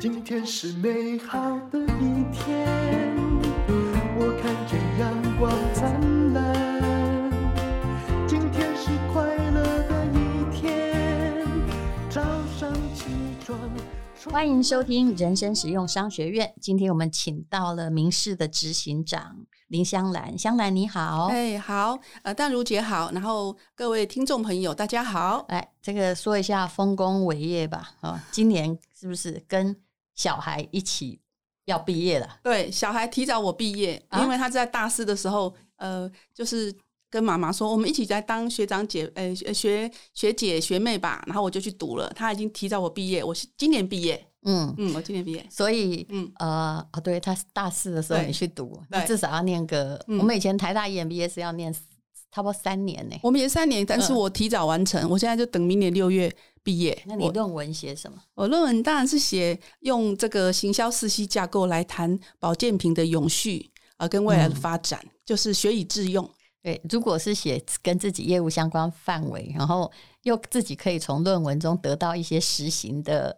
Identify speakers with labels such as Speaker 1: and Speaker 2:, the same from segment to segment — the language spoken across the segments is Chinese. Speaker 1: 今天是美好的一天，我看见阳光灿烂。今天是快乐的一天，早上起床。
Speaker 2: 欢迎收听人生实用商学院。今天我们请到了明视的执行长林香兰，香兰你好。
Speaker 3: 哎，好，呃，淡如姐好，然后各位听众朋友，大 家好。
Speaker 2: 来，哎这个说一下丰功伟业吧。哦，今年是不是跟小孩一起要毕业了？
Speaker 3: 对，小孩提早我毕业，
Speaker 2: 啊
Speaker 3: 因为他在大四的时候，呃，就是跟妈妈说，我们一起来当学长姐，呃，学学学姐学妹吧。然后我就去读了，他已经提早我毕业，我是今年毕业，
Speaker 2: 嗯，
Speaker 3: 嗯，我今年 毕业。
Speaker 2: 所以。
Speaker 3: 嗯，
Speaker 2: 呃，哦，对，他是大四的时候
Speaker 3: 对
Speaker 2: 你去读，
Speaker 3: 对
Speaker 2: 你至少要念个。
Speaker 3: 嗯
Speaker 2: 我们以前台大 E EMBA 是要念差不多三年呢。
Speaker 3: 我们也三年，但是
Speaker 2: 嗯
Speaker 3: 我提早完成，我现在就等明年六月毕业。
Speaker 2: 那你
Speaker 3: 我
Speaker 2: 论文写什么？
Speaker 3: 我论文当然是写用这个行销四 C 架构来谈保健品的永续呃跟未来
Speaker 2: 嗯
Speaker 3: 的发展，就是学以致用。
Speaker 2: 对，如果是写跟自己业务相关范围，然后又自己可以从论文中得到一些实行的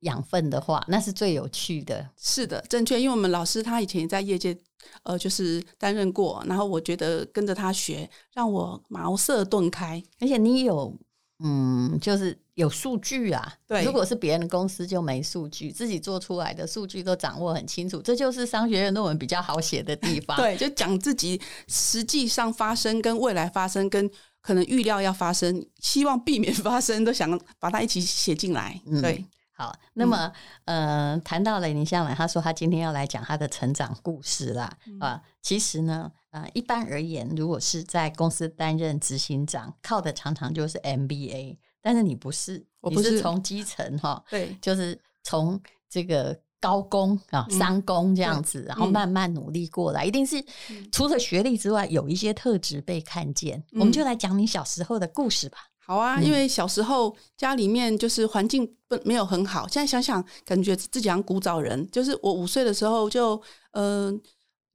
Speaker 2: 养分的话，那是最有趣的。
Speaker 3: 是的，正确，因为我们老师他以前也在业界，呃，就是担任过，然后我觉得跟着他学，让我茅塞顿开。
Speaker 2: 而且你有，嗯，就是有数据啊。
Speaker 3: 对
Speaker 2: 如果是别人的公司就没数据，自己做出来的数据都掌握很清楚，这就是商学院论文比较好写的地方。
Speaker 3: 对，就讲自己实际上发生、跟未来发生、跟可能预料要发生、希望避免发生，都想把它一起写进来。
Speaker 2: 嗯
Speaker 3: 对，
Speaker 2: 好，那么、呃，谈到了林向兰，他说他今天要来讲他的成长故事啦。
Speaker 3: 嗯
Speaker 2: 啊，其实呢，呃，一般而言，如果是在公司担任执行长，靠的常常就是 MBA，但是你不是，
Speaker 3: 我
Speaker 2: 你
Speaker 3: 不
Speaker 2: 是
Speaker 3: 是
Speaker 2: 从基层哈，
Speaker 3: 对，
Speaker 2: 就是从这个高工啊、
Speaker 3: 嗯
Speaker 2: 商工这样子，然后慢慢努力过来，一定是
Speaker 3: 嗯
Speaker 2: 除了学历之外，有一些特质被看见。我
Speaker 3: 嗯
Speaker 2: 们就来讲你小时候的故事吧。
Speaker 3: 好啊，
Speaker 2: 嗯
Speaker 3: 因为小时候家里面就是环境不没有很好，现在想想感觉自己像古早人。就是我五岁的时候就，呃，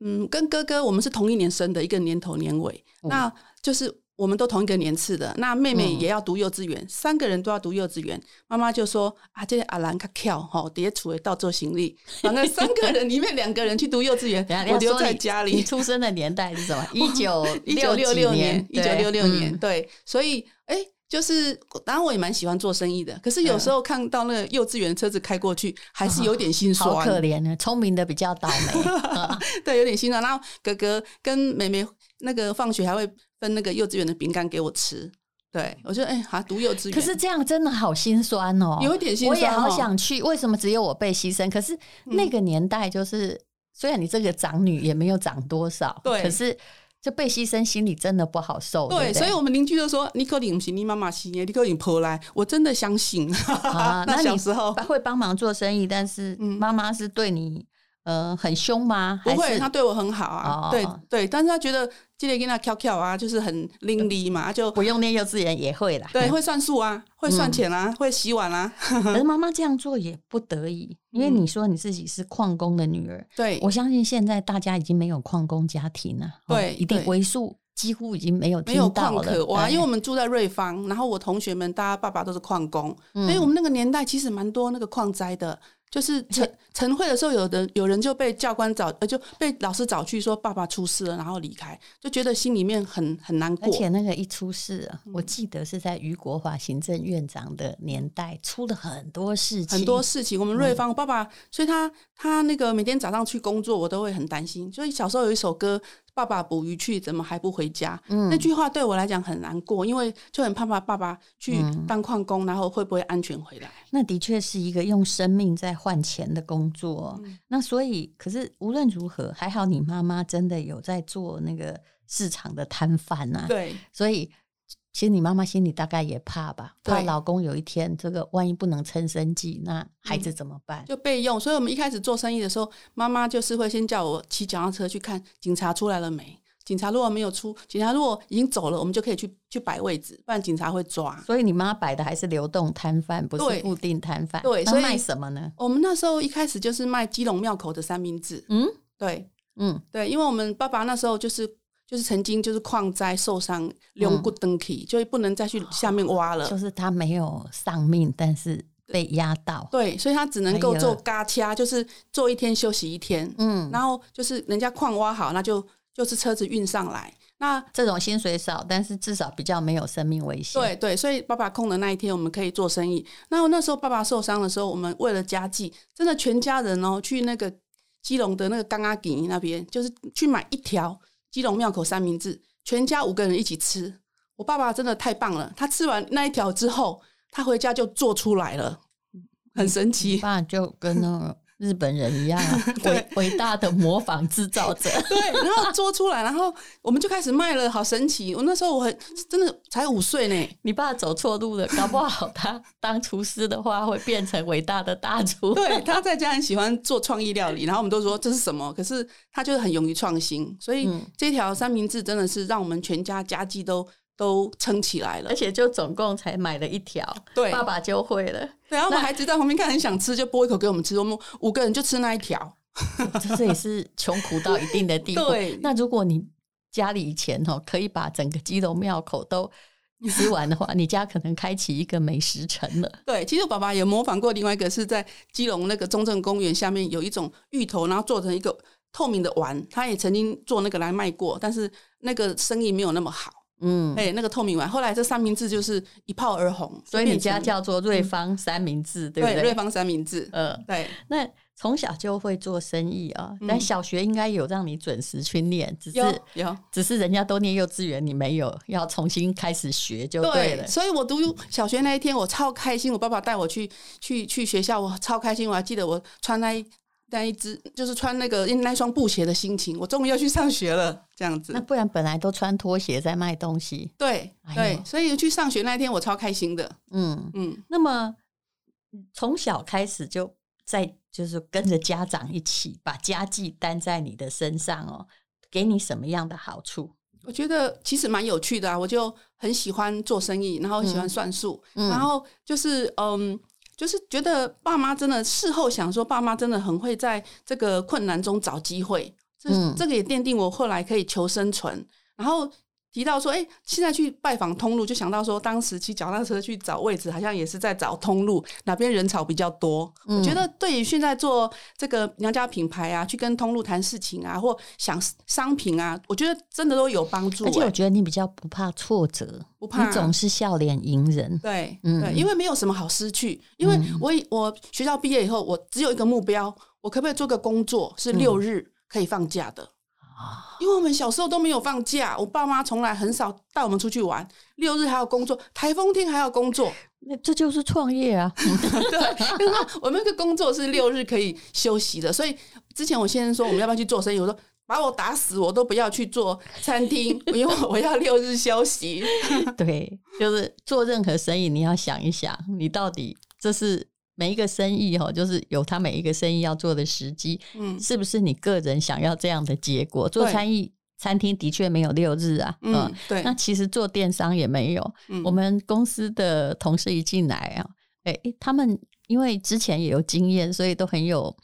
Speaker 3: 嗯，跟哥哥我们是同一年生的，一个年头年尾，
Speaker 2: 嗯
Speaker 3: 那就是我们都同一个年次的。那妹妹
Speaker 2: 嗯
Speaker 3: 也要读幼稚园，三个人都要读幼稚园。妈妈就说啊，这个阿兰卡跳吼，底下处为到做行李，反正三个人里面两个人去读幼稚 园
Speaker 2: 等一下，
Speaker 3: 我
Speaker 2: 要
Speaker 3: 留
Speaker 2: 说
Speaker 3: 在
Speaker 2: 你
Speaker 3: 家
Speaker 2: 你
Speaker 3: 里。
Speaker 2: 出生的年代是 什么？一九
Speaker 3: 一九六六
Speaker 2: 六
Speaker 3: 年，一九六六年，
Speaker 2: 嗯
Speaker 3: 对，所以哎、就是当然我也蛮喜欢做生意的，可是有时候看到那个幼稚园车子开过去，还是有点心
Speaker 2: 好
Speaker 3: 酸，
Speaker 2: 可怜呢。聪明的比较倒 霉。
Speaker 3: 对，有点心酸。然后哥哥跟妹妹那个放学还会分那个幼稚园的饼干给我吃，对我觉得哎，好、读幼稚园，
Speaker 2: 可是这样真的好心酸哦，
Speaker 3: 有一点心
Speaker 2: 我也
Speaker 3: 酸哦嗯
Speaker 2: 好想去，为什么只有我被牺牲？可是那个年代就是，虽然你这个长女也没有长多少，
Speaker 3: 对
Speaker 2: 可是就被牺牲，心里真的不好受。对
Speaker 3: 对，
Speaker 2: 不对，
Speaker 3: 所以我们邻居就说：“你可领不行，你妈妈行，你可领婆来。”我真的相信。
Speaker 2: 啊
Speaker 3: ，那小
Speaker 2: 你
Speaker 3: 时候
Speaker 2: 会帮忙做生意，但是
Speaker 3: 嗯
Speaker 2: 妈妈是对你呃很凶吗？
Speaker 3: 不
Speaker 2: 还
Speaker 3: 会，
Speaker 2: 是
Speaker 3: 他对我很好啊，
Speaker 2: 哦
Speaker 3: 对对，但是他觉得这个跟他跳跳啊，就是很伶俐嘛，就
Speaker 2: 不用念幼稚园也会啦。
Speaker 3: 对，会算数啊，会算钱啊，
Speaker 2: 嗯
Speaker 3: 会洗碗啊。
Speaker 2: 可是妈妈这样做也不得已，因为
Speaker 3: 嗯
Speaker 2: 你说你自己是矿工的女儿，
Speaker 3: 对，
Speaker 2: 我相信现在大家已经没有矿工家庭了，哦
Speaker 3: 对
Speaker 2: 一定
Speaker 3: 对
Speaker 2: 为数几乎已经没有
Speaker 3: 没有
Speaker 2: 听到
Speaker 3: 矿
Speaker 2: 了。哎
Speaker 3: 可挖，
Speaker 2: 对
Speaker 3: 因为我们住在瑞芳，然后我同学们大家爸爸都是矿工，
Speaker 2: 嗯
Speaker 3: 所以我们那个年代其实蛮多那个矿灾的。就是晨晨会的时候，有的有人就被教官找，呃，就被老师找去说爸爸出事了，然后离开，就觉得心里面很很难
Speaker 2: 而
Speaker 3: 过。
Speaker 2: 且那个一出事、
Speaker 3: 嗯
Speaker 2: 啊，我记得是在于国华行政院长的年代出了很多事情，
Speaker 3: 很多事情。我们瑞芳、我爸爸，所以他他那个每天早上去工作，我都会很担心。所以小时候有一首歌《爸爸捕鱼去，怎么还不回家》，那句话对我来讲很难过，因为就很怕怕爸爸去当矿工，然后会不会安全回来？
Speaker 2: 那的确是一个用生命在换钱的工作。
Speaker 3: 嗯
Speaker 2: 那所以，可是无论如何，还好你妈妈真的有在做那个市场的摊贩啊，
Speaker 3: 对
Speaker 2: 所以其实你妈妈心里大概也怕吧，
Speaker 3: 对
Speaker 2: 怕老公有一天这个万一不能撑生计，那孩子怎么办？
Speaker 3: 嗯就备用，所以我们一开始做生意的时候，妈妈就是会先叫我骑脚踏车去看警察出来了没。警察如果没有出，警察如果已经走了，我们就可以去去摆位置，不然警察会抓。
Speaker 2: 所以你妈摆的还是流动摊贩，不是
Speaker 3: 对
Speaker 2: 固定摊贩。
Speaker 3: 对
Speaker 2: 那
Speaker 3: 所以
Speaker 2: 卖什么呢？
Speaker 3: 我们那时候一开始就是卖基隆庙口的三明治，
Speaker 2: 嗯
Speaker 3: 对，
Speaker 2: 嗯，
Speaker 3: 对，因为我们爸爸那时候就是就是曾经就是矿灾受伤，
Speaker 2: 嗯哦
Speaker 3: 两骨登起，就不能再去下面挖了。
Speaker 2: 就是他没有丧命，但是被压到，
Speaker 3: 对，所以他只能够
Speaker 2: 哎呀
Speaker 3: 做嘎掐，就是做一天休息一天。
Speaker 2: 嗯，
Speaker 3: 然后就是人家矿挖好，那就就是车子运上来。那
Speaker 2: 这种薪水少，但是至少比较没有生命危险。，
Speaker 3: 对对，所以爸爸空的那一天，我们可以做生意。然后那时候爸爸受伤的时候，我们为了家计，真的全家人哦，去那个基隆的那个冈阿吉那边，就是去买一条基隆庙口三明治，全家五个人一起吃。我爸爸真的太棒了，他吃完那一条之后，他回家就做出来了，很神奇。
Speaker 2: 爸就跟那种日本人一样、啊，伟伟大的模仿制造者。
Speaker 3: 对，然后做出来，然后我们就开始卖了，好神奇！我那时候我很真的才五岁呢，
Speaker 2: 你爸走错路了，搞不好他当厨师的话会变成伟大的大厨。
Speaker 3: 对，他在家很喜欢做创意料理，然后我们都说这是什么，可是他就是很勇于创新，所以
Speaker 2: 嗯
Speaker 3: 这条三明治真的是让我们全家家计都都撑起来了
Speaker 2: 而。且就总共才买了一条，
Speaker 3: 对
Speaker 2: 爸爸就会了。
Speaker 3: 对，然后我们
Speaker 2: 那
Speaker 3: 孩子在旁边看很想吃，就剥一口给我们吃，我们五个人就吃那一条。
Speaker 2: 这这也是穷苦到一定的地步。
Speaker 3: 对
Speaker 2: 那如果你家里以前哦可以把整个基隆庙口都吃完的话，你家可能开启一个美食城了。
Speaker 3: 对，其实我爸爸也模仿过另外一个，是在基隆那个中正公园下面有一种芋头，然后做成一个透明的碗，他也曾经做那个来卖过，但是那个生意没有那么好。
Speaker 2: 嗯，
Speaker 3: 哎、那个透明碗，后来这三明治就是一炮而红，
Speaker 2: 所以你
Speaker 3: 变成
Speaker 2: 家叫做瑞芳三明治，对不
Speaker 3: 对
Speaker 2: 对？
Speaker 3: 瑞芳三明治。
Speaker 2: 呃，
Speaker 3: 对，
Speaker 2: 那从小就会做生意啊、
Speaker 3: 嗯
Speaker 2: 但小学应该有让你准时去念，只是
Speaker 3: 有
Speaker 2: 只是人家都念幼稚园，你没有，要重新开始学就对了。
Speaker 3: 对，所以我读小学那一天，我超开心。我爸爸带我去去去学校，我超开心。我还记得我穿那一那一只，就是穿那个那双布鞋的心情，我终于要去上学了，这样
Speaker 2: 那
Speaker 3: 子。
Speaker 2: 不然本来都穿拖鞋在卖东西，
Speaker 3: 对
Speaker 2: 哎呦
Speaker 3: 对，所以去上学那一天，我超开心的。
Speaker 2: 嗯，
Speaker 3: 嗯，
Speaker 2: 那么从小开始就在就是跟着家长一起把家计担在你的身上哦，给你什么样的好处？
Speaker 3: 我觉得其实蛮有趣的啊，我就很喜欢做生意，然后很喜欢算数，然后就是嗯，就是觉得爸妈真的事后想说，爸妈真的很会在这个困难中找机会，这、
Speaker 2: 嗯
Speaker 3: 这个也奠定我后来可以求生存。然后提到说，哎、现在去拜访通路，就想到说，当时骑脚踏车去找位置，好像也是在找通路哪边人潮比较多。我
Speaker 2: 嗯
Speaker 3: 觉得对于现在做这个娘家品牌啊，去跟通路谈事情啊，或想商品啊，我觉得真的都有帮助、
Speaker 2: 而且我
Speaker 3: 哎
Speaker 2: 觉得你比较不怕挫折，
Speaker 3: 不怕
Speaker 2: 你总是笑脸迎人。
Speaker 3: 对，
Speaker 2: 嗯
Speaker 3: 对，因为没有什么好失去，因为我以我学校毕业以后，我只有一个目标，我可不可以做个工作是
Speaker 2: 嗯
Speaker 3: 六日可以放假的？
Speaker 2: 啊
Speaker 3: 因为我们小时候都没有放假，我爸妈从来很少带我们出去玩，六日还要工作，台风天还要工作。
Speaker 2: 那这就是创业啊！
Speaker 3: 对，因为我们那个工作是六日可以休息的，所以之前我先生说我们要不要去做生意，我说把我打死我都不要去做餐厅，因为我要六日休息。
Speaker 2: 对，就是做任何生意，你要想一想，你到底这是每一个生意哦，就是有他每一个生意要做的时机，
Speaker 3: 嗯
Speaker 2: 是不是你个人想要这样的结果？做
Speaker 3: 对
Speaker 2: 餐意餐厅的确没有六日啊，嗯、
Speaker 3: 嗯，对，
Speaker 2: 那其实做电商也没有。
Speaker 3: 嗯
Speaker 2: 我们公司的同事一进来啊，哎、诶他们因为之前也有经验，所以都很有，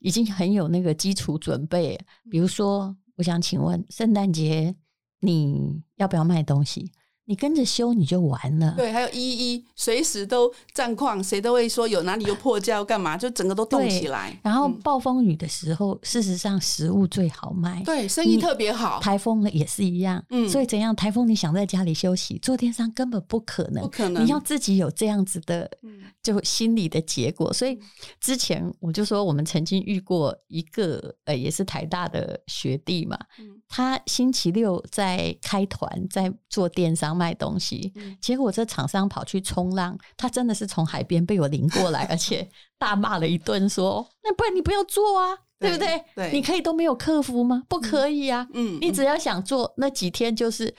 Speaker 2: 已经很有那个基础准备。比
Speaker 3: 嗯
Speaker 2: 如说，我想请问，圣诞节你要不要卖东西？你跟着修你就完了。
Speaker 3: 对，还有一一，随时都战况，谁都会说有哪里又破价要干嘛，就整个都动
Speaker 2: 对
Speaker 3: 起来。
Speaker 2: 然后
Speaker 3: 嗯
Speaker 2: 暴风雨的时候，事实上食物最好卖。
Speaker 3: 对，生意特别好，
Speaker 2: 台风了也是一样，
Speaker 3: 嗯
Speaker 2: 所以怎样？台风你想在家里休息，做电商根本不可能，
Speaker 3: 不可能
Speaker 2: 你要自己有这样子的
Speaker 3: 嗯
Speaker 2: 就心理的结果。所以之前我就说，我们曾经遇过一个呃，也是台大的学弟嘛，
Speaker 3: 嗯
Speaker 2: 他星期六在开团，在做电商卖东西，
Speaker 3: 嗯
Speaker 2: 结果这厂商跑去冲浪，他真的是从海边被我淋过 来，而且大骂了一顿，说：“那不然你不要做啊，对
Speaker 3: 对
Speaker 2: 不对？
Speaker 3: 对
Speaker 2: 你可以都没有客服吗？不可以啊，
Speaker 3: 嗯，
Speaker 2: 你只要想做那几天，就是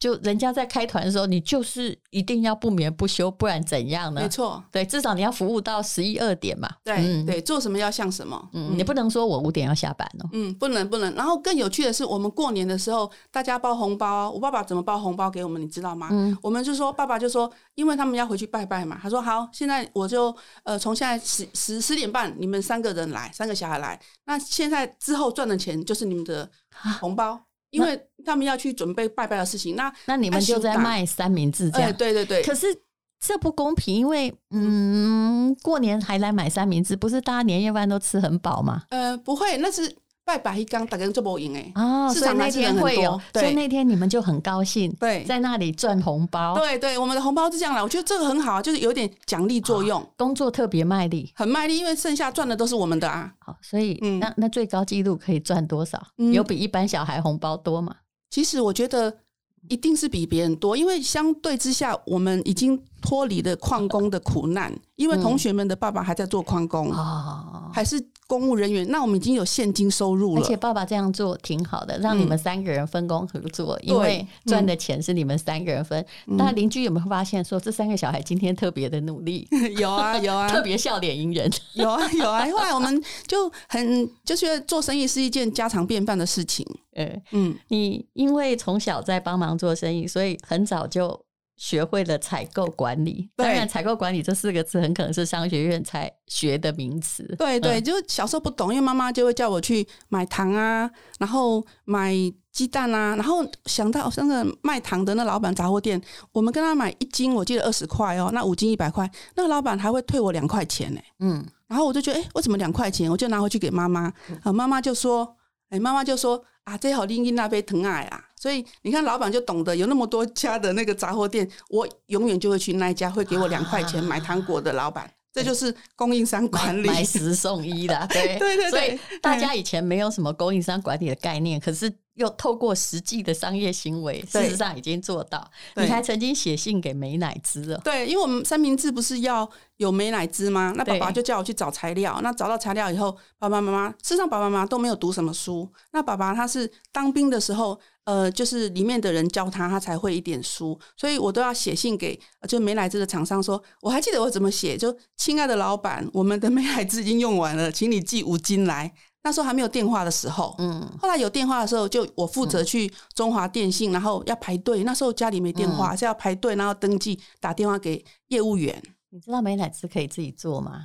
Speaker 2: 就人家在开团的时候，你就是一定要不眠不休，不然怎样呢
Speaker 3: 没？错，
Speaker 2: 对，至少你要服务到十一二点嘛。
Speaker 3: 对、
Speaker 2: 嗯，
Speaker 3: 对，做什么要像什么，
Speaker 2: 嗯，你不能说我五点要下班哦。
Speaker 3: 嗯，不能不能。然后更有趣的是，我们过年的时候，大家包红包啊，我爸爸怎么包红包给我们，你知道吗？
Speaker 2: 嗯
Speaker 3: 我们就说爸爸就说，因为他们要回去拜拜嘛，他说好，现在我就呃从现在十十十点半，你们三个人来，三个小孩来，那现在之后赚的钱就是你们的
Speaker 2: 啊
Speaker 3: 红 包。因为他们要去准备拜拜的事情，那
Speaker 2: 那你们就在
Speaker 3: 哎行吧
Speaker 2: 卖三明治这
Speaker 3: 哎，
Speaker 2: 样，
Speaker 3: 对对对，
Speaker 2: 可是这不公平，因为嗯，过年还来买三明治，不是大家年夜饭都吃很饱吗？
Speaker 3: 呃，不会，那是拜拜一缸，大家就不赢哎。
Speaker 2: 哦，
Speaker 3: 市
Speaker 2: 所以
Speaker 3: 场
Speaker 2: 那
Speaker 3: 还是
Speaker 2: 天
Speaker 3: 人很
Speaker 2: 会有
Speaker 3: 多，
Speaker 2: 所
Speaker 3: 对
Speaker 2: 以那天你们就很高兴，
Speaker 3: 对
Speaker 2: 在那里赚红包，
Speaker 3: 对对，我们的红包是这样啦，我觉得这个很好啊，就是有点奖励作用，
Speaker 2: 工作特别卖力。
Speaker 3: 很卖力，因为剩下赚的都是我们的啊。
Speaker 2: 好，所以、
Speaker 3: 嗯
Speaker 2: 那那最高纪录可以赚多少？
Speaker 3: 嗯
Speaker 2: 有比一般小孩红包多吗？
Speaker 3: 其实我觉得一定是比别人多，因为相对之下，我们已经脱离了矿工的苦难，因为同学们的爸爸还在做矿工，
Speaker 2: 嗯哦，
Speaker 3: 还是公务人员，那我们已经有现金收入
Speaker 2: 而
Speaker 3: 了
Speaker 2: 且。爸爸这样做挺好的，让你们三个人分工合作，因为赚的钱是你们三个人分。
Speaker 3: 嗯
Speaker 2: 那邻居有没有发现说，这三个小孩今天特别的努力，
Speaker 3: 有啊，有啊，
Speaker 2: 特别笑脸迎人？
Speaker 3: 有啊，有啊。后来我们就很就觉得做生意是一件家常便饭的事情。
Speaker 2: 呃，
Speaker 3: 嗯，
Speaker 2: 你因为从小在帮忙做生意，所以很早就学会了采购管理。
Speaker 3: 对
Speaker 2: 当然，采购管理这四个字很可能是商学院才学的名词。
Speaker 3: 对对，就小时候不懂，因为妈妈就会叫我去买糖啊，然后买鸡蛋啊，然后想到那个卖糖的那老板杂货店，我们跟他买一斤，我记得二十块哦，那五斤一百块，那个老板还会退我两块钱呢、
Speaker 2: 嗯，
Speaker 3: 然后我就觉得，哎、为什么两块钱？我就拿回去给妈妈，啊，妈妈就说，哎、妈妈就说，啊，这好拎拎那杯疼爱啦。所以你看，老板就懂得有那么多家的那个杂货店，我永远就会去那一家，会给我两块钱买糖果的老板，这就是供应商管理。
Speaker 2: 买十送一的，对
Speaker 3: 对对对嗯
Speaker 2: 所以大家以前没有什么供应商管理的概念，可是又透过实际的商业行为，事
Speaker 3: 对
Speaker 2: 实上已经做到。
Speaker 3: 对
Speaker 2: 你还曾经写信给美乃滋哦，
Speaker 3: 对，因为我们三明治不是要有美乃滋吗？那爸爸
Speaker 2: 对
Speaker 3: 就叫我去找材料。那找到材料以后，爸爸妈妈，事实上爸爸妈妈都没有读什么书。那爸爸他是当兵的时候，呃，就是里面的人教他，他才会一点书。所以我都要写信给呃就美乃滋的厂商说，我还记得我怎么写，就亲爱的老板，我们的美乃滋已经用完了，请你寄五斤来。那时候还没有电话的时候，
Speaker 2: 嗯，
Speaker 3: 后来有电话的时候，就我负责去中华电信，然后要排队。那时候家里没电话，是要排队，然后登记打电话给业务员。
Speaker 2: 你知道美乃滋可以自己做吗？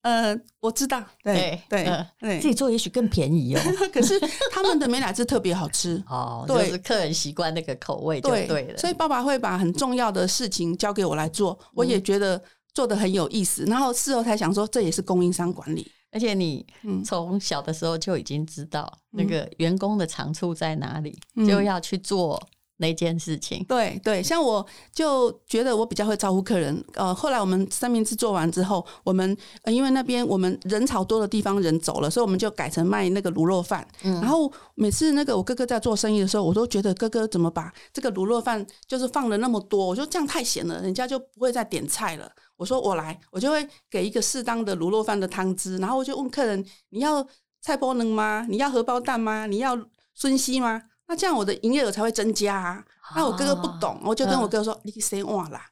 Speaker 3: 呃，我知道，对对嗯
Speaker 2: 呃
Speaker 3: 对。
Speaker 2: 自己做也许更便宜哦。，
Speaker 3: 可是他们的美乃滋特别好 吃
Speaker 2: 哦，就
Speaker 3: 对
Speaker 2: 是客人习惯那个口味就
Speaker 3: 对
Speaker 2: 对了。
Speaker 3: 所以爸爸会把很重要的事情交给我来做，我也觉得做的很有意思。然后事后才想说，这也是供应商管理。
Speaker 2: 而且你
Speaker 3: 嗯
Speaker 2: 从小的时候就已经知道那
Speaker 3: 嗯
Speaker 2: 个员工的长处在哪里，
Speaker 3: 嗯
Speaker 2: 就要去做那件事情。
Speaker 3: 对对，像我就觉得我比较会招呼客人。呃，后来我们三明治做完之后，我们、呃、因为那边我们人潮多的地方人走了，所以我们就改成卖那个卤肉饭。然后每次那个我哥哥在做生意的时候，我都觉得哥哥怎么把这个卤肉饭就是放了那么多，我说这样太咸了，人家就不会再点菜了。我说我来，我就会给一个适当的卤肉饭的汤汁，然后我就问客人你要菜包能吗？你要荷包蛋吗？你要孙熙吗？那这样我的营业额才会增加、啊。那我哥哥不懂，我就跟
Speaker 2: 嗯
Speaker 3: 我哥说：“你谁忘啦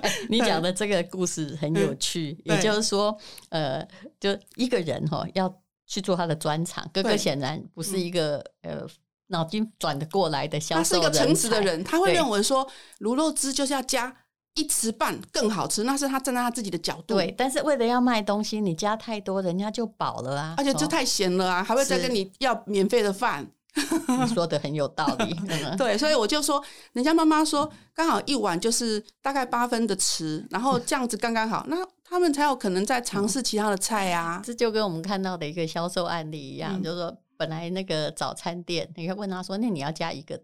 Speaker 2: 哎你讲的这个故事很有趣，
Speaker 3: 嗯
Speaker 2: 也就是说，呃，就一个人哈、要去做他的专长，哥哥
Speaker 3: 对嗯
Speaker 2: 显然不是一个、呃脑筋转得过来的？”销
Speaker 3: 他是
Speaker 2: 售
Speaker 3: 一个诚实的
Speaker 2: 才，
Speaker 3: 人，他会
Speaker 2: 对
Speaker 3: 认为说卤肉汁就是要加一匙半更好吃，那是他站在他自己的角度。
Speaker 2: 对，，但是为了要卖东西，你加太多，人家就饱了啊，
Speaker 3: 而且就
Speaker 2: 哦
Speaker 3: 太咸了啊，还会再
Speaker 2: 是嗯
Speaker 3: 跟你要免费的饭。
Speaker 2: 你说的很有道 理。 嗯
Speaker 3: 对，所以我就说，人家妈妈说刚好一碗就是大概八分的匙，然后这样子刚刚好，那他们才有可能再
Speaker 2: 嗯
Speaker 3: 尝试其他的菜啊。
Speaker 2: 这就跟我们看到的一个销售案例一样，
Speaker 3: 嗯
Speaker 2: 就是说本来那个早餐店，你会问他说：“那你要加一个，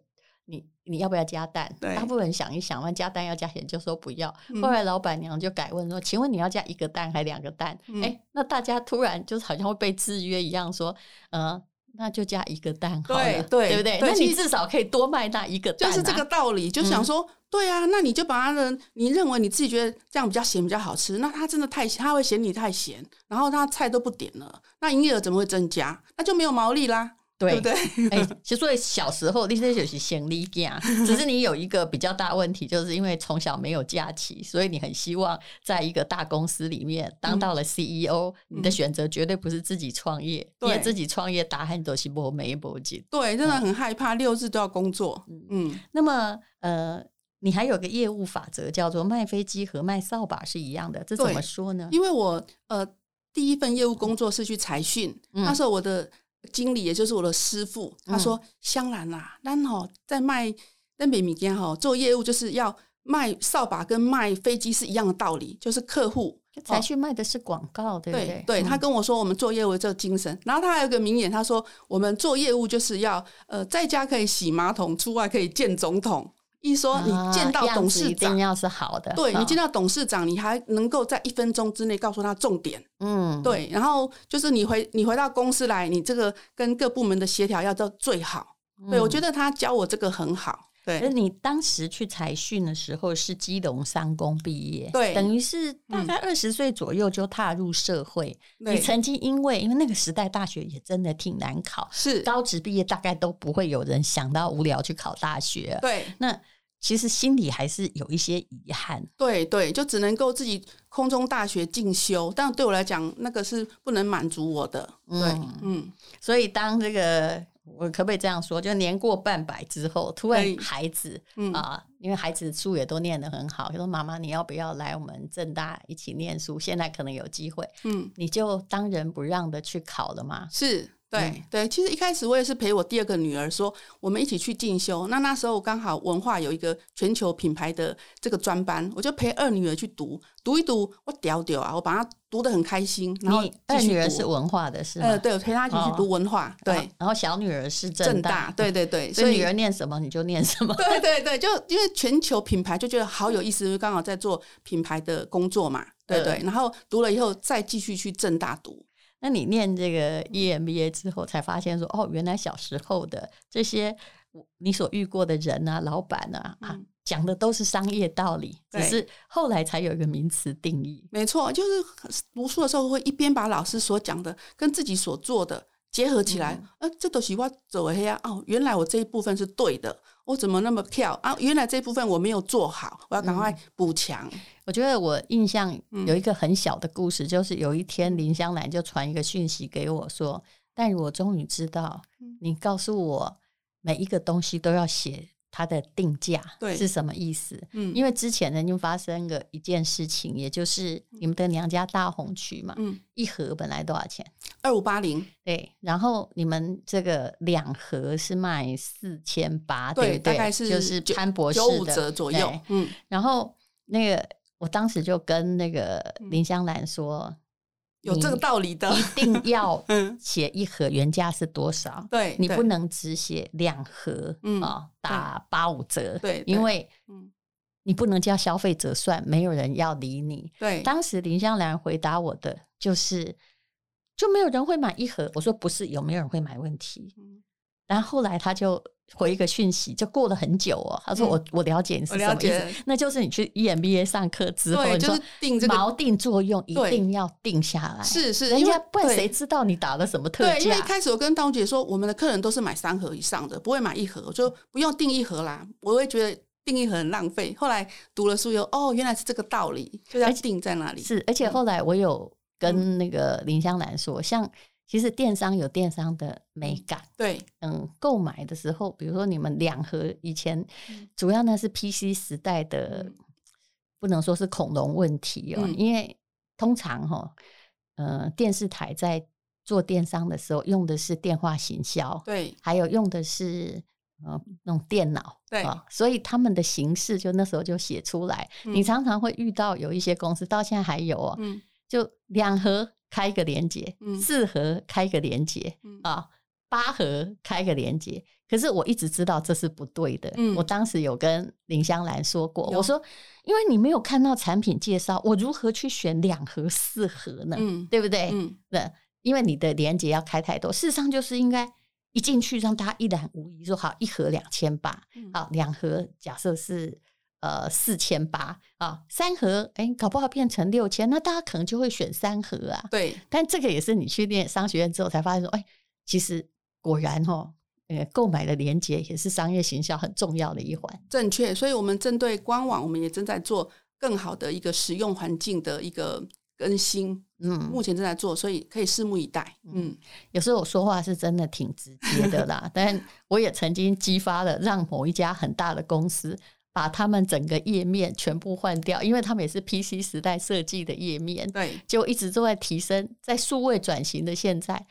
Speaker 2: 你你要不要加蛋？”
Speaker 3: 对嗯
Speaker 2: 大部分人想一想，完加蛋要加钱就说不要。后来老板娘就改问说：“请问你要加一个蛋还两个蛋？”哎、
Speaker 3: 嗯
Speaker 2: 那大家突然就是好像会被制约一样，说：“呃。”那就加一个蛋好了，
Speaker 3: 对
Speaker 2: 对
Speaker 3: 对
Speaker 2: 不对？
Speaker 3: 对
Speaker 2: 那
Speaker 3: 其
Speaker 2: 你
Speaker 3: 实
Speaker 2: 至少可以多卖那一个蛋、啊，
Speaker 3: 就是这个道理，就想说，对啊，那你就把它的，你认为你自己觉得这样比较咸比较好吃，那他真的太咸，他会嫌你太咸，然后他菜都不点了，那营业额怎么会增加？那就没有毛利啦，
Speaker 2: 对
Speaker 3: 对不对？
Speaker 2: 哎、其实所以小时候那些就是先立家，啊只是你有一个比较大问题，就是因为从小没有假期，所以你很希望在一个大公司里面
Speaker 3: 嗯
Speaker 2: 当到了 CEO，、你的选择绝对不是自己创业，因
Speaker 3: 对
Speaker 2: 为自己创业答案都是没没不进。
Speaker 3: 对，真的很害怕，六日都要工作，嗯，
Speaker 2: 那么呃，你还有个业务法则叫做卖飞机和卖扫把是一样的，这怎
Speaker 3: 对
Speaker 2: 么说呢？
Speaker 3: 因为我呃第一份业务工作是去财训，
Speaker 2: 嗯
Speaker 3: 那时候我的经理也就是我的师傅，啊他说：“香兰啦、咱吼在卖咱北米干吼做业务就是要卖扫把跟卖飞机是一样的道理，就是客户
Speaker 2: 就财讯卖的是广告，对不
Speaker 3: 对
Speaker 2: 对？
Speaker 3: 对，他
Speaker 2: 嗯
Speaker 3: 跟我说我们做业务这精神，然后他还有一个名言，他说我们做业务就是要呃，在家可以洗马桶，出外可以见总统。一说你
Speaker 2: 啊
Speaker 3: 见到
Speaker 2: 样
Speaker 3: 董
Speaker 2: 子
Speaker 3: 事
Speaker 2: 一定
Speaker 3: 长，
Speaker 2: 要是嗯好的，
Speaker 3: 对你见
Speaker 2: 到
Speaker 3: 到董事长，你还能够在一分钟之内告诉他重点。
Speaker 2: 嗯，
Speaker 3: 对，然后就是你回你回到公司来，你这个跟各部门的协调要到最好。对我觉
Speaker 2: 得。
Speaker 3: 得他教我这个很好。
Speaker 2: 而
Speaker 3: 对，
Speaker 2: 你当时去财训的时候是基隆商工毕业，
Speaker 3: 对
Speaker 2: 等于是大概二十岁左右就踏入社会。你
Speaker 3: 对，
Speaker 2: 曾经因为因为那个时代大学也真的挺难考，
Speaker 3: 是，
Speaker 2: 高职毕业大概都不会有人想到无聊去考大学。
Speaker 3: 对，
Speaker 2: 那其实心里还是有一些遗憾，
Speaker 3: 对对，就只能够自己空中大学进修，但对我来讲，那个是不能满足我的。对，
Speaker 2: 嗯
Speaker 3: 嗯，
Speaker 2: 所以当这个我可不可以这样说，就年过半百之后，突
Speaker 3: 可
Speaker 2: 然
Speaker 3: 以
Speaker 2: 孩子
Speaker 3: 嗯
Speaker 2: 啊、因为孩子书也都念得很好，就说妈妈你要不要来我们正大一起念书？现在可能有机会，
Speaker 3: 嗯，
Speaker 2: 你就当仁不让的去考了嘛。
Speaker 3: 是。对、
Speaker 2: 嗯
Speaker 3: 对，其实一开始我也是陪我第二个女儿说，我们一起去进修。那那时候刚好文化有一个全球品牌的这个专班，我就陪二女儿去读，读一读，我屌屌啊，我把她读得很开心。然后
Speaker 2: 你二
Speaker 3: 继续
Speaker 2: 女儿
Speaker 3: 读
Speaker 2: 是文化的是吗？
Speaker 3: 呃，对，我陪她一起去
Speaker 2: 哦
Speaker 3: 读文化，
Speaker 2: 然后
Speaker 3: 对，
Speaker 2: 然后小女儿是
Speaker 3: 正
Speaker 2: 正
Speaker 3: 大， 对对对，
Speaker 2: 所
Speaker 3: 所
Speaker 2: 以
Speaker 3: 以
Speaker 2: 女儿念什么你就念什么。
Speaker 3: 对对对，就因为全球品牌就觉得好有意思，因为刚好在做品牌的工作嘛，对对。然后读了以后，再继续去正大读，
Speaker 2: 那你念这个 E EMBA 之后，才发现说，哦，原来小时候的这些我你所遇过的人啊、老板啊，啊
Speaker 3: 嗯
Speaker 2: 讲的都是商业道理，只
Speaker 3: 对
Speaker 2: 是后来才有一个名词定义。
Speaker 3: 没错，就是读书的时候会一边把老师所讲的跟自己所做的结合起
Speaker 2: 嗯
Speaker 3: 来，呃，这都是我走黑啊，哦，原来我这一部分是对的，我怎么那么跳啊？原来这一部分我没有做好，我要赶
Speaker 2: 嗯
Speaker 3: 快补强。
Speaker 2: 我觉得我印象
Speaker 3: 嗯
Speaker 2: 有一个很小的故事，就是有一天林香兰就传一个讯息给我说：“但我终于知道，
Speaker 3: 嗯
Speaker 2: 你告诉我每一个东西都要写它的定价，
Speaker 3: 对
Speaker 2: 是什么意思？
Speaker 3: 嗯
Speaker 2: 因为之前曾经发生了一件事情，也就是你们的娘家大红曲嘛，
Speaker 3: 嗯，
Speaker 2: 一盒本来多少钱？
Speaker 3: 二五八零，
Speaker 2: 对，然后你们这个两盒是卖四千八，
Speaker 3: 对
Speaker 2: 对不对
Speaker 3: 大概是
Speaker 2: 就是
Speaker 3: 九
Speaker 2: 潘博士
Speaker 3: 九五
Speaker 2: 的
Speaker 3: 折左
Speaker 2: 对
Speaker 3: 右，嗯，
Speaker 2: 然后那个我当时就跟那个
Speaker 3: 嗯
Speaker 2: 林香兰说，
Speaker 3: 有这个道理的，
Speaker 2: 一 定要
Speaker 3: 嗯，
Speaker 2: 写一盒原价是多少，
Speaker 3: 对，
Speaker 2: 你
Speaker 3: 对
Speaker 2: 不，能只写两盒，
Speaker 3: 嗯
Speaker 2: 啊、打八五折，
Speaker 3: 对对
Speaker 2: 因为
Speaker 3: 嗯
Speaker 2: 你不能叫消费者算，没有人要理你。
Speaker 3: 对，
Speaker 2: 当时林香兰回答我的就是，就没有人会买一盒。我说不是，有没有人会买问题？
Speaker 3: 嗯
Speaker 2: 然后后来他就回一个讯息，就过了很久哦。他说
Speaker 3: 嗯
Speaker 2: 我、我了解你是
Speaker 3: 我
Speaker 2: 什
Speaker 3: 了
Speaker 2: 么意
Speaker 3: 解
Speaker 2: 思，那就是你去 E EMBA 上课之后，
Speaker 3: 对，
Speaker 2: 你
Speaker 3: 就
Speaker 2: 说
Speaker 3: 是定这个
Speaker 2: 锚定作用一
Speaker 3: 对
Speaker 2: 定要定下来，
Speaker 3: 是是，
Speaker 2: 人
Speaker 3: 因为
Speaker 2: 家不然
Speaker 3: 对
Speaker 2: 谁知道你打了什么特
Speaker 3: 对，因为一
Speaker 2: 价？
Speaker 3: 开始我跟大红姐说，我们的客人都是买三盒以上的，不会买一盒，我就不用订一盒啦，我会觉得订一盒很浪费。后来读了书以后，哦，原来是这个道理，就要
Speaker 2: 而且
Speaker 3: 定在那里。
Speaker 2: 是，而且后来我有
Speaker 3: 嗯
Speaker 2: 跟那个林香兰说，像其实电商有电商的美感。
Speaker 3: 对
Speaker 2: 嗯，购买的时候，比如说你们两盒以前，主要呢是 PC 时代的，
Speaker 3: 嗯
Speaker 2: 不能说是恐龙问题哦，
Speaker 3: 嗯
Speaker 2: 因为通常哈、哦，呃，电视台在做电商的时候用的是电话行销，
Speaker 3: 对
Speaker 2: 还有用的是呃那种电脑，
Speaker 3: 对
Speaker 2: 啊，所以他们的形式就那时候就写出来。你
Speaker 3: 嗯
Speaker 2: 常常会遇到有一些公司到现在还有哦，
Speaker 3: 嗯
Speaker 2: 就两盒开一个连接，
Speaker 3: 嗯
Speaker 2: 四盒开一个连接，
Speaker 3: 嗯
Speaker 2: 啊，八盒开一个连接。可是我一直知道这是不对的。
Speaker 3: 嗯
Speaker 2: 我当时有跟林香兰说过，
Speaker 3: 有
Speaker 2: 我说，因为你没有看到产品介绍，我如何去选两盒、四盒呢？
Speaker 3: 嗯
Speaker 2: 对不对？
Speaker 3: 嗯
Speaker 2: 对，因为你的连接要开太多，事实上就是应该一进去让大家一览无遗，说好一盒两千八，
Speaker 3: 嗯
Speaker 2: 好两盒假设是呃四千八啊，三盒哎搞不好变成六千，那大家可能就会选三盒啊。
Speaker 3: 对
Speaker 2: 但这个也是你去念商学院之后才发现说，哎，其实果然哦。呃，购买的连接也是商业行销很重要的一环。
Speaker 3: 正确，所以我们针对官网，我们也正在做更好的一个使用环境的一个更新，
Speaker 2: 嗯，
Speaker 3: 目前正在做，所以可以拭目以待。嗯，
Speaker 2: 有时候我说话是真的挺直接的啦，但我也曾经激发了让某一家很大的公司把他们整个页面全部换掉，因为他们也是 PC 时代设计的页面，
Speaker 3: 嗯对
Speaker 2: 就一直都在提升，在数位转型的现在，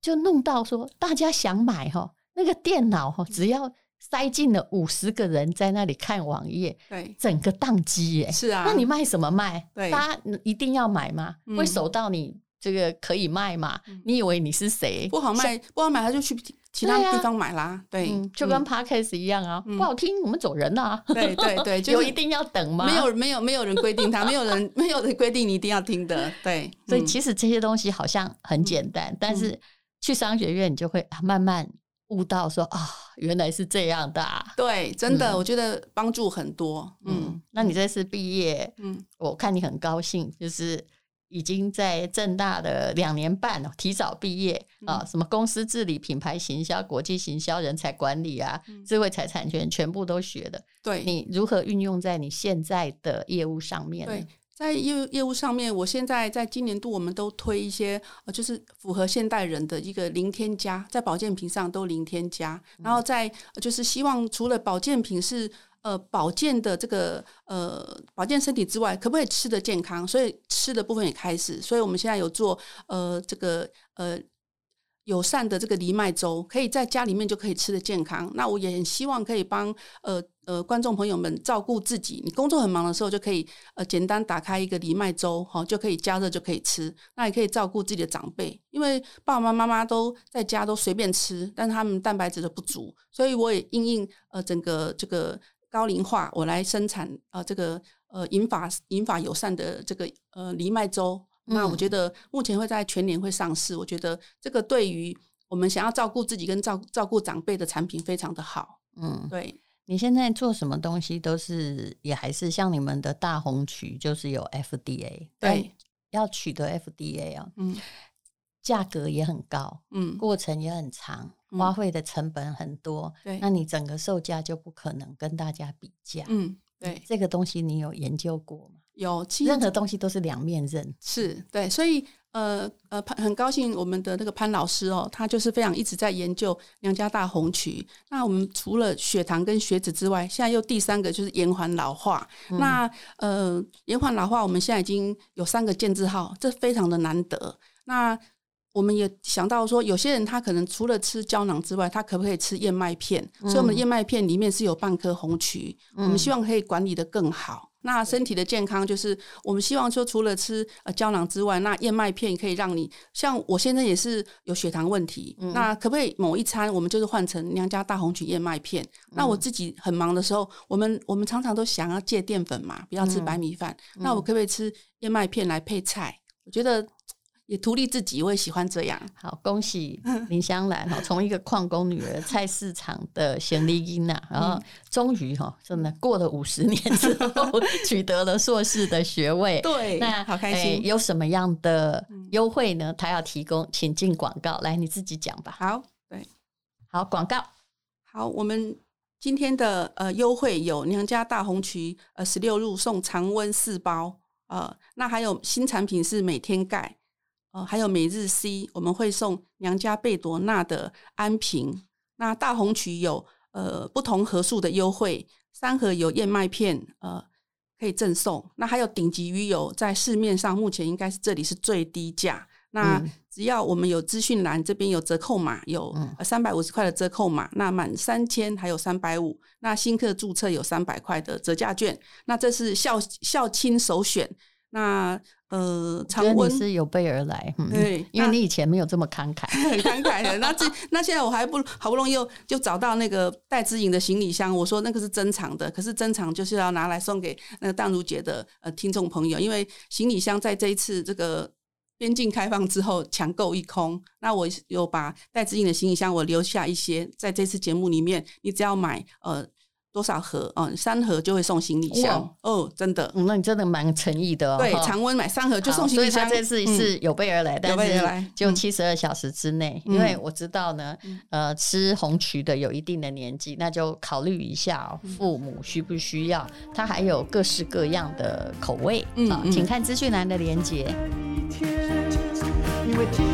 Speaker 2: 就弄到说大家想买哈、那个电脑哈、只要塞进了五十个人在那里看网页，
Speaker 3: 对，
Speaker 2: 整个宕机耶。
Speaker 3: 是啊，
Speaker 2: 那你卖什么卖？
Speaker 3: 对
Speaker 2: 大家一定要买吗？
Speaker 3: 嗯
Speaker 2: 会手到你这个可以卖吗？你以为你是谁？
Speaker 3: 不好卖，不好买，他就去其他
Speaker 2: 对啊
Speaker 3: 地方买啦。对
Speaker 2: 嗯，，就跟 podcast 一样啊，不好听我们走人啊。
Speaker 3: 对对对，嗯 就
Speaker 2: 有
Speaker 3: 是
Speaker 2: 一定要等吗？
Speaker 3: 没。有没有没有人规定他，没有 人没有人规定你一定要听的。对，
Speaker 2: 所以
Speaker 3: 嗯
Speaker 2: 其实这些东西好像很简单，但是去商学院你就会啊慢慢悟到说啊，原来是这样的、啊。
Speaker 3: 对，真的，
Speaker 2: 嗯
Speaker 3: 我觉得帮助很多。嗯
Speaker 2: 嗯，那你这次毕业，
Speaker 3: 嗯，
Speaker 2: 我看你很高兴，就是已经在正大的两年半了，提早毕业啊，
Speaker 3: 嗯
Speaker 2: 什么公司治理、品牌行销、国际行销、人才管理啊、
Speaker 3: 嗯
Speaker 2: 智慧财产权，全部都学的。
Speaker 3: 对，
Speaker 2: 你如何运用在你现在的业务上面呢？
Speaker 3: 对，在业务业务上面，我现在在今年度我们都推一些呃，就是符合现代人的一个零添加，在保健品上都零添加，然后在呃就是希望除了保健品是。呃，保健的这个呃，保健身体之外，可不可以吃的健康？所以吃的部分也开始，所以我们现在有做呃这个呃友善的这个藜麦粥，可以在家里面就可以吃的健康。那我也很希望可以帮呃呃观众朋友们照顾自己，你工作很忙的时候就可以呃简单打开一个藜麦粥，好、就可以加热就可以吃。那也可以照顾自己的长辈，因为爸爸妈妈妈都在家都随便吃，但他们蛋白质都不足，所以我也因应呃整个这个高龄化，我来生产呃这个呃银发银发友善的这个呃藜麦粥。那
Speaker 2: 嗯
Speaker 3: 我觉得目前会在全年会上市，我觉得这个对于我们想要照顾自己跟照照顾长辈的产品非常的好。
Speaker 2: 嗯，
Speaker 3: 对，
Speaker 2: 你现在做什么东西都是也还是像你们的大红曲，就是有 FDA，
Speaker 3: 对，
Speaker 2: 要取得 FDA 啊，
Speaker 3: 嗯
Speaker 2: 价格也很高，
Speaker 3: 嗯，
Speaker 2: 过程也很长，
Speaker 3: 嗯
Speaker 2: 花费的成本很多，
Speaker 3: 对
Speaker 2: 那，你整个售价就不可能跟大家比价。
Speaker 3: 嗯对，
Speaker 2: 这个东西你有研究过吗？
Speaker 3: 有其实
Speaker 2: 任何东西都是两面刃，
Speaker 3: 是对，所以呃呃，潘很高兴我们的那个潘老师哦，他就是非常一直在研究娘家大红曲。那我们除了血糖跟血脂之外，现在又第三个就是延缓老化。
Speaker 2: 嗯
Speaker 3: 那呃，延缓老化，我们现在已经有三个建字号，这非常的难得。那我们也想到说，有些人他可能除了吃胶囊之外，他可不可以吃燕麦片？所以我们的燕麦片里面是有半颗红曲，我们希望可以管理的更好。那身体的健康就是我们希望说，除了吃呃胶囊之外，那燕麦片可以让你像我先生也是有血糖问题，那可不可以某一餐我们就是换成娘家大红曲燕麦片？那我自己很忙的时候，我们我们常常都想要戒淀粉嘛，不要吃白米饭，那我可不可以吃燕麦片来配菜？我觉得嘖也图利自己，我也喜欢这样。
Speaker 2: 好，恭喜林香兰哈，从一个矿工女儿、菜市场的贤丽英娜，然后终于哈，真的过了五十 年之后，取得了硕士的学位。
Speaker 3: 对
Speaker 2: 那
Speaker 3: 好开
Speaker 2: 诶
Speaker 3: 心
Speaker 2: 有什么样的优惠呢？他要提供，请进广告。来，你自己讲吧。
Speaker 3: 好，对。
Speaker 2: 好，广告。
Speaker 3: 好，我们今天的呃优惠有娘家大红曲呃十六入送常温四包，呃，那还有新产品是每天钙，呃，还有每日 C，我们会送娘家贝朵娜的安瓶。那大红曲有呃不同盒数的优惠，三盒有燕麦片，呃。可以赠送，那还有顶级鱼油，在市面上目前应该是这里是最低价。那
Speaker 2: 嗯
Speaker 3: 只要我们有资讯栏这边有折扣码，有
Speaker 2: 嗯
Speaker 3: 三百五十块的折扣码，那满三千还有三百五，那新客注册有三百块的折价券，那这是孝孝亲首选。那呃，
Speaker 2: 觉
Speaker 3: 常
Speaker 2: 得
Speaker 3: 温
Speaker 2: 你是有备而来，嗯，
Speaker 3: 对
Speaker 2: 因为
Speaker 3: 那
Speaker 2: 你以前没有这么慷慨。
Speaker 3: 很慷 慨的。那这那现在我还不好不容易又就找到那个戴之颖的行李箱，我说那个是珍藏的，可是珍藏就是要拿来送给那个淡如姐的呃听众朋友，因为行李箱在这一次这个。边境开放之后，抢购一空。那我有把戴之颖的行李箱，我留下一些，在这次节目里面，你只要买呃多少盒，嗯、三盒就会送行李箱。哦，真的，
Speaker 2: 嗯那你真的蛮诚意的哦。
Speaker 3: 对，
Speaker 2: 哈
Speaker 3: 常温买三盒就
Speaker 2: 好
Speaker 3: 送行
Speaker 2: 所以
Speaker 3: 李
Speaker 2: 他
Speaker 3: 箱。
Speaker 2: 这次
Speaker 3: 嗯
Speaker 2: 是有备而来，但
Speaker 3: 备而来
Speaker 2: 是就
Speaker 3: 嗯
Speaker 2: 七十二小时之内，
Speaker 3: 嗯
Speaker 2: 因为我知道呢，呃，吃红曲的有一定的年纪，那就考虑一下哦、
Speaker 3: 嗯
Speaker 2: 父母需不需要，它还有各式各样的口味
Speaker 3: 嗯
Speaker 2: 啊，
Speaker 3: 嗯
Speaker 2: 请看资讯栏的连接。
Speaker 1: 一天，因为听